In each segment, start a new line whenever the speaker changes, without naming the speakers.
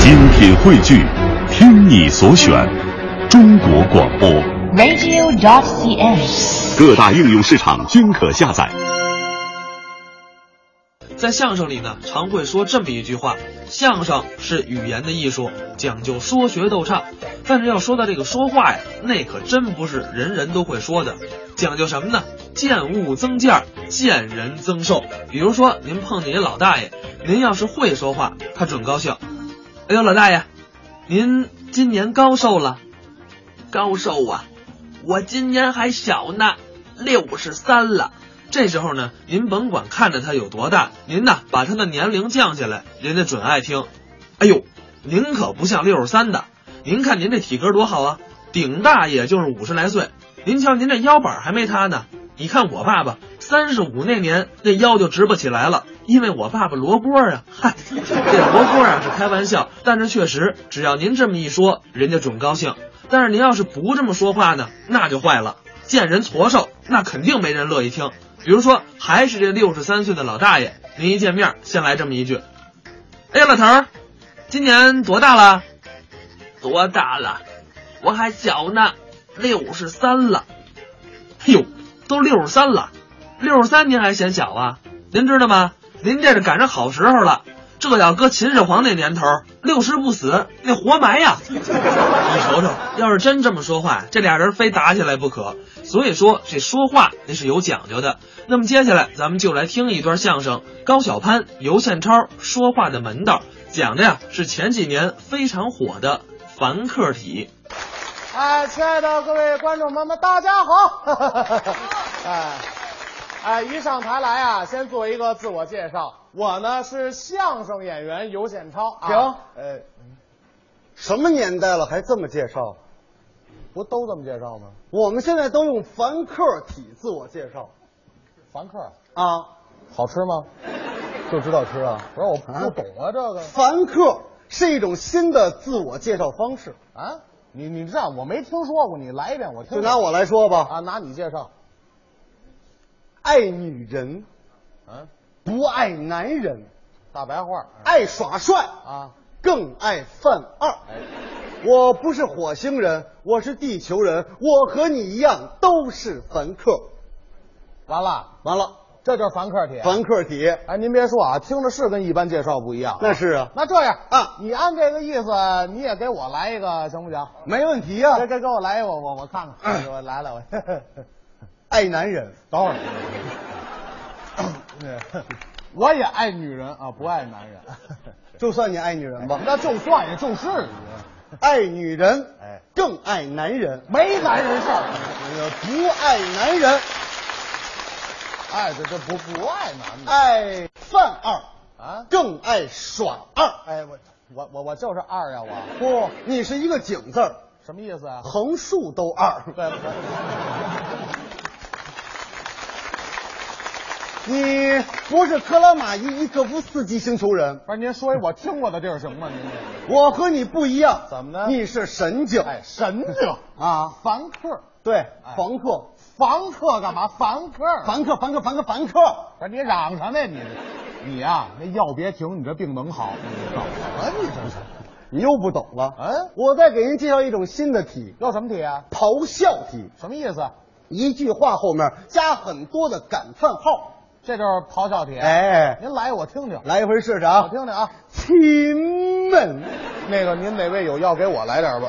精品汇聚，听你所选，中国广播。
radio.cn。
各大应用市场均可下载。
在相声里呢，常会说这么一句话：相声是语言的艺术，讲究说学逗唱。但是要说到这个说话呀，那可真不是人人都会说的，讲究什么呢？见物增价，见人增寿。比如说，您碰见一老大爷，您要是会说话，他准高兴。哎呦，老大爷，您今年高寿了？高寿啊，我今年还小呢，六十三了。这时候呢，您甭管看着他有多大，您呐把他的年龄降下来，人家准爱听。哎呦，您可不像六十三的，您看您这体格多好啊，顶大也就是五十来岁。您瞧您这腰板还没他呢。你看我爸爸三十五那年，这腰就直不起来了，因为我爸爸罗锅啊。 嗨，这罗锅啊是开玩笑，但是确实，只要您这么一说，人家准高兴。但是您要是不这么说话呢，那就坏了，见人矬瘦，那肯定没人乐意听。比如说，还是这六十三岁的老大爷，您一见面先来这么一句：“哎呀，老头儿，今年多大了？多大了？我还小呢，六十三了。”哎呦，都六十三了，六十三您还嫌小啊？您知道吗？您这是赶上好时候了。这要搁秦始皇那年头，六十不死那活埋呀！你瞅瞅，要是真这么说话，这俩人非打起来不可。所以说，这说话那是有讲究的。那么接下来，咱们就来听一段相声，高晓攀、尤宪超说话的门道，讲的呀是前几年非常火的凡客体。
哎，亲爱的各位观众朋友们，大家 好！哎，哎，一上台来啊，先做一个自我介绍，我呢是相声演员尤宪超。啊、
行
呃，
什么年代了还这么介绍？
不都这么介绍吗？
我们现在都用凡客体自我介绍
凡客
啊，
好吃 吗？
就知道吃啊。
不是，我不懂啊，这个
凡客是一种新的自我介绍方式。
啊，你你这样我没听说过，你来一遍我听
就拿我来说吧，
啊，拿你介绍，
爱女人，
啊，
不爱男人，
大白话
爱耍帅，
啊，
更爱犯二
哎。
我不是火星人，我是地球人，我和你一样都是凡客。
完了，
完了，
这就是凡客体
凡客体，
哎，您别说啊，听着是跟一般介绍不一样啊
那是啊，
那这样
啊
你按这个意思，你也给我来一个行不行？
没问题啊嗯呀、
给给给我来一个，我我我看看，我来了我。
爱男人，
等会儿，我也爱女人啊，不爱男人。
就算你爱女人吧。
那就算也就是
爱女人，
哎
更爱男人，
没男人事儿。
呃不爱男人，
哎，这这不不爱男的
爱犯二，
啊。
更爱耍二。
哎，我我我我就是二呀，我
不，你是一个井字儿，
什么意思啊？
横竖都二。
对 不对？
你不是克拉玛依伊科夫斯基星球人，
不是您说一我听过的地儿行吗？您这
我和你不一样。
怎么呢
你是神经。
哎神经
啊，
凡客，
对
哎，
房客，
房客干嘛？房客，
房客，房客，房客，房客。
不是你嚷什么呀你？你呀、那药别停，你这病能好？你搞什么？你这是？
你又不懂了。
嗯
我再给您介绍一种新的体
要什么体啊
——？咆哮体。
什么意思？啊
一句话后面加很多的感叹号。
这就是咆哮体。，
哎，
您来我听听，
来一回试试
我
啊！
听听啊。
亲们，
那个您哪位有药给我来点吧？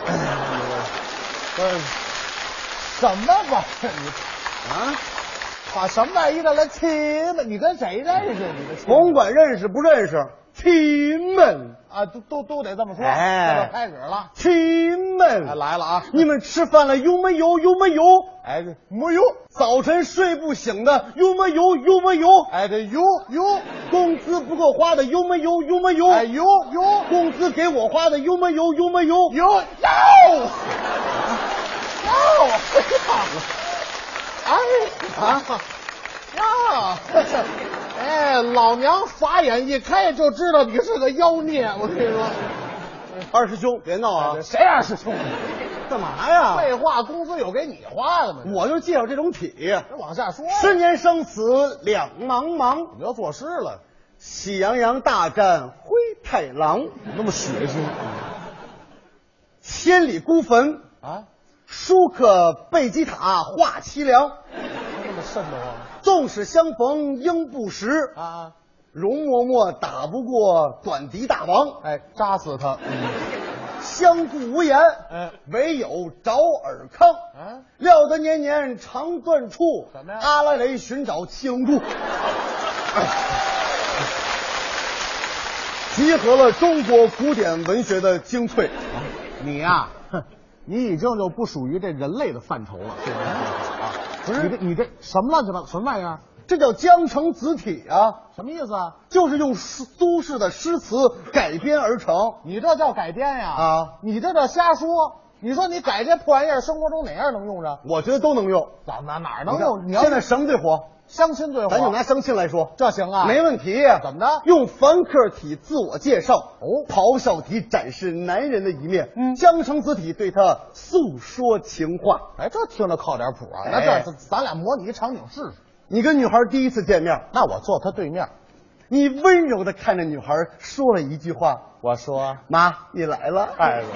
嗯，什么玩意儿？
啊，
你把什么玩意儿来亲吧？你跟谁认识？你这
甭管认识不认识，亲们，
啊，都都都得这么说。
哎
这就开始了。
亲
哎，
们，
来了啊！
你们吃饭了有没有？有没有？
哎，这
没有。早晨睡不醒的有没有？有没有？
哎这哟哟，
工资不够花的有没有？有没有？
哎哟哟
工资给我花的有没有？有没有？
哟哟哟！哎呀，啊呀！哎，老娘法眼一开就知道你是个妖孽，我跟你说。
二师兄，别闹啊！
谁二师兄？
干嘛呀？
废话，工资有给你花的吗？
我就介绍这种体。
这往下说呀，
十年生死两茫茫，
你要作诗了。
喜羊羊大战灰太狼，
那么血腥
千里孤坟，
啊？
舒克贝吉塔画凄凉。
那么瘆得慌
纵使相逢应不识，
啊？
容嬷嬷打不过短笛大王，
哎，扎死他！
相顾无言，
嗯
唯有找尔康。
啊
料得年年肠断处，
什么呀
阿拉蕾寻找哎七龙 珠。集合了中国古典文学的精粹，
你呀、哼你已经就不属于这人类的范畴了，对吧？啊，不是你这你这什么乱七八糟什么玩意儿？
这叫江城子体啊，
什么意思啊？
就是用苏苏轼的诗词改编而成。
你这叫改编呀？
啊
你这叫瞎说！你说你改这破玩意儿，生活中哪样能用着？
我觉得都能用，
哪哪哪儿能用？你要
现在什么最火？
相亲最火，
咱就拿相亲来说，
这行啊？
没问题呀。
怎么的
用凡客体自我介绍，哦，咆哮体展示男人的一面，
嗯
江城子体对他诉说情话。
哎，这听着靠点谱啊！
哎
那这咱咱俩模拟一场景试试。
你跟女孩第一次见面，
那我坐他对面，
你温柔的看着女孩说了一句话
我说：“哎
妈，你来了。”
孩子，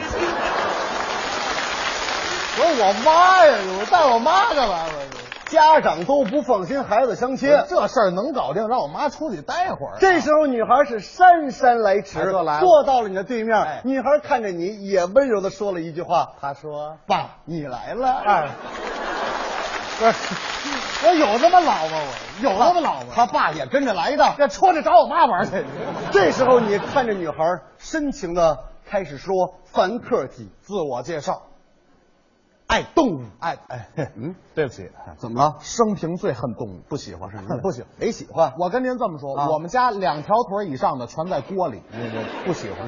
不是我妈呀！我带我妈干嘛？我
家长都不放心孩子相亲。
哎这事儿能搞定，让我妈出去待会儿。
这时候，女孩是姗姗来迟，
哎这来了
坐到了你的对面。
哎
女孩看着你，也温柔的说了一句话
他说：“：“
爸，你来了。
哎， 不是，我哎有这么老吗？我有这么老吗？
他爸也跟着来的。
这出去找我妈玩去。
这时候你看着女孩，深情的开始说凡客体
自我介绍，
爱动物。
哎哎，嗯，对不起，
怎么了？
生平最恨动物，
不喜欢是吗
不喜欢
没喜欢。
我跟您这么说，
啊哎
我们家两条腿以上的全在锅里，不喜欢，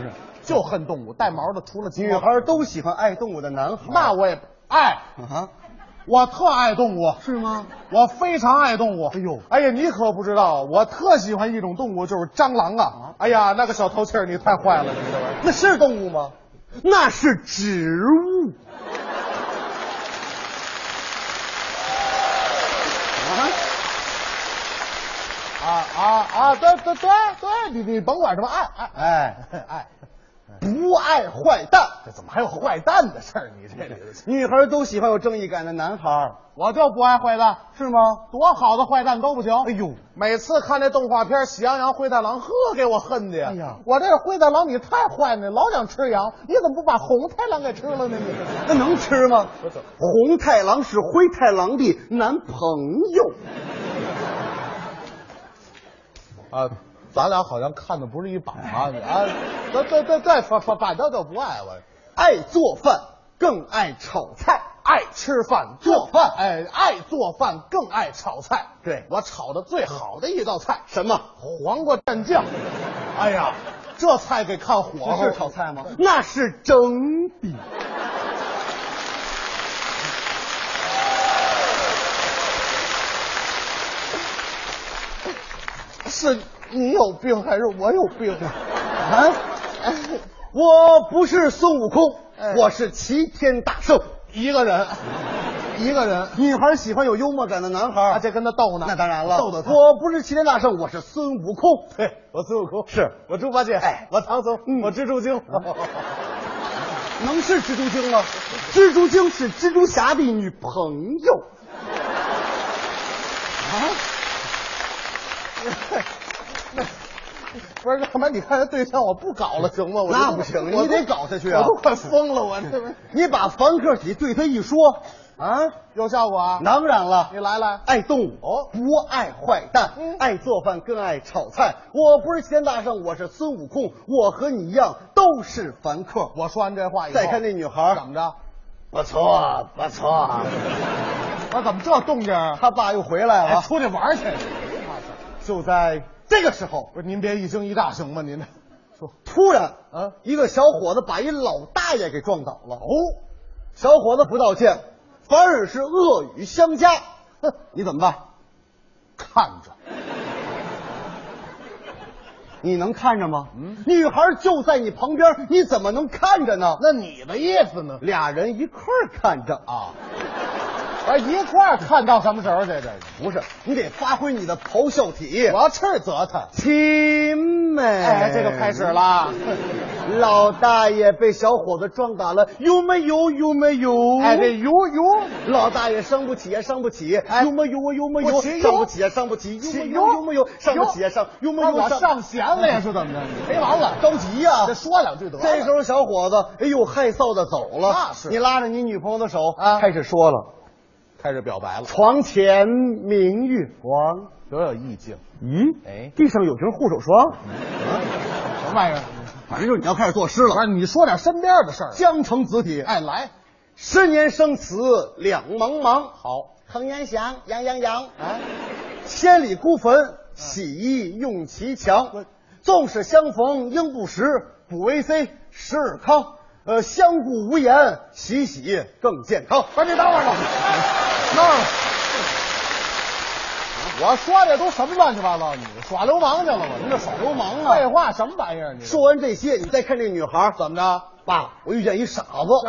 就恨动物，带毛的除了鸡
女
毛
孩都喜欢爱动物的男孩。
那我也爱，
啊，
我特爱动物，
是吗？
我非常爱动物。
哎呦
哎呀，你可不知道，我特喜欢一种动物，就是蟑螂啊！哎呀，那个小透气儿，你太坏了，你这玩意儿。
那是动物吗？那是植物。
啊啊啊！对对对对，你你甭管什么爱爱
哎，
爱哎爱，
不爱坏蛋。
这怎么还有坏蛋的事儿？你这 里头
女孩都喜欢有正义感的男孩。
我就不爱坏蛋，
是吗？
多好的坏蛋都不行。
哎呦，
每次看那动画片《喜羊羊灰太狼》，呵，给我恨的呀！
哎呀
我这灰太狼你太坏了，老想吃羊，你怎么不把红太狼给吃了呢？你
那能吃吗？红太狼是灰太狼的男朋友。
啊，咱俩好像看的不是一把啊！你啊，对对对对，反反反正就不爱我，
爱做饭，更爱炒菜。
爱吃饭做饭，哎，爱做饭更爱炒菜。
对
我炒的最好的一道菜，
什么？
黄瓜蘸酱。哎呀，这菜给看火
不
候
是炒菜吗？那是蒸的。
是你有病还是我有病啊？
啊！ 我不是孙悟空，
哎
我是齐天大圣。
一个人，一个人，
女孩喜欢有幽默感的男孩，
啊，这跟他斗呢。
那当然了。
斗斗他。
我不是齐天大圣，我是孙悟空。
对，我孙悟空
是
我猪八戒，
哎
我唐僧，
嗯
我蜘蛛精。
能是蜘蛛精吗？蜘蛛精是蜘蛛侠的女朋友。
不是，要不然你看这对象，我不搞了，行吗？我
那
就
不行
我都
你得搞下去啊
我都快疯了，我这不是
你把凡客体对他一说，啊，
有效果啊？
当然了，
你来来，
爱动物，
哦
不爱坏蛋，
嗯
爱做饭，更爱炒菜。我不是齐天大圣，我是孙悟空，我和你一样都是凡客。
我说完这话以后，
再看那女孩，
怎么着？
不错不错。
我怎么这动静啊？
他爸又回来
哎
了。
出去玩去！
就在这个时候，
不是您别一惊一乍行吗？您这说
突然
啊
一个小伙子把一老大爷给撞倒了。哦，小伙子不道歉，反而是恶语相加。哼，你怎么办？
看着，
你能看着吗？嗯，女孩就在你旁边，你怎么能看着呢？
那你的意思呢？
俩人一块儿看着啊，
我哎一块儿看到什么时候去？这是
不是，你得发挥你的咆哮体。
我要斥责他。
亲妹，
哎，这个开始。啦。
老大爷被小伙子撞倒了，有没有？有没有？
哎，这油油
老大爷伤不起呀，伤不起！有没有啊？有没有？
我骑油
伤不起呀，伤不起！有没有？有没有？伤不起呀，伤！有没有？
我上弦了呀？是怎么着？
哎
没完了，
着急呀！
这说两句得了。
这时候小伙子，哎呦，害臊的走了。
那是
你拉着你女朋友的手
啊
开始说了：
开始表白了，
床前明月光，
多有意境，
咦，
哎嗯啊
地上有瓶护手霜。
什么玩意儿？
反正就是你要开始作诗了。
啊，你说点身边的事儿。
江城子弟，
哎，来，
十年生死两茫茫。
好，
恒源祥，杨阳洋，
哎，
千里
嗯
孤坟，洗衣用其强。纵使相逢应不识，补维 C，食尔康。呃，相顾无言，洗洗更健康。
不是你等会儿 吧。那我说这都什么乱七八糟？你耍流氓去了吗？你这耍流氓
啊
废话，什么玩意儿？你这
说完这些，你再看这女孩怎么着？爸，我遇见一傻子。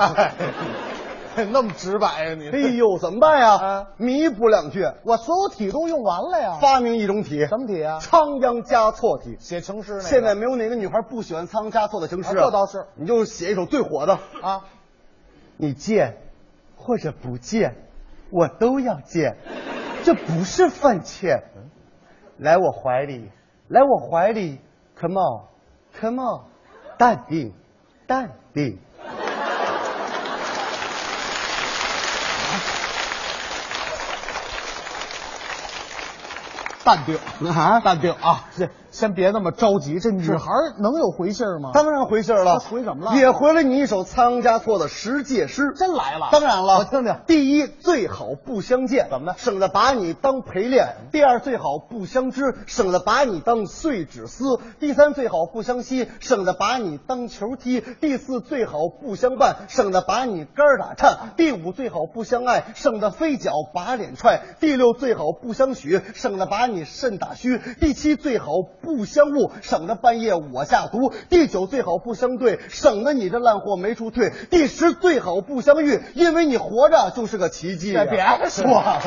哎，那么直白呀、你？
哎，呦，怎么办呀
啊？
弥补两句，
我所有体都用完了呀。
发明一种啊体，
什么体啊？
仓央嘉措体。
写情诗那个。
现在没有哪个女孩不喜欢仓央嘉措的情诗、
啊这倒是
你就写一首最火的，
啊，
你借或者不借，我都要借，这不是犯欠。来我怀里，来我怀里，Come on，Come on，淡定，淡定。
淡定
啊
淡定啊！
是
先别那么着急，这女孩能有回信儿吗？
当然回信儿
他
了，
回什么了
也回了你一首仓央嘉措的《十戒诗》。
真来了，
当然了，
我听听。
第一，最好不相见，怎么呢？省得把你当陪练。第二，最好不相知，省得把你当碎纸撕。第三，最好不相惜，省得把你当球踢。第四，最好不相伴，省得把你肝儿打颤。第五，最好不相爱，省得飞脚把脸踹。第六，最好不相许，省得把你肾打虚。第七，最好不相误，省得半夜我下毒。第九，最好不相对，省得你这烂货没处退。第十，最好不相遇，因为你活着就是个奇迹呀。啊
别说了，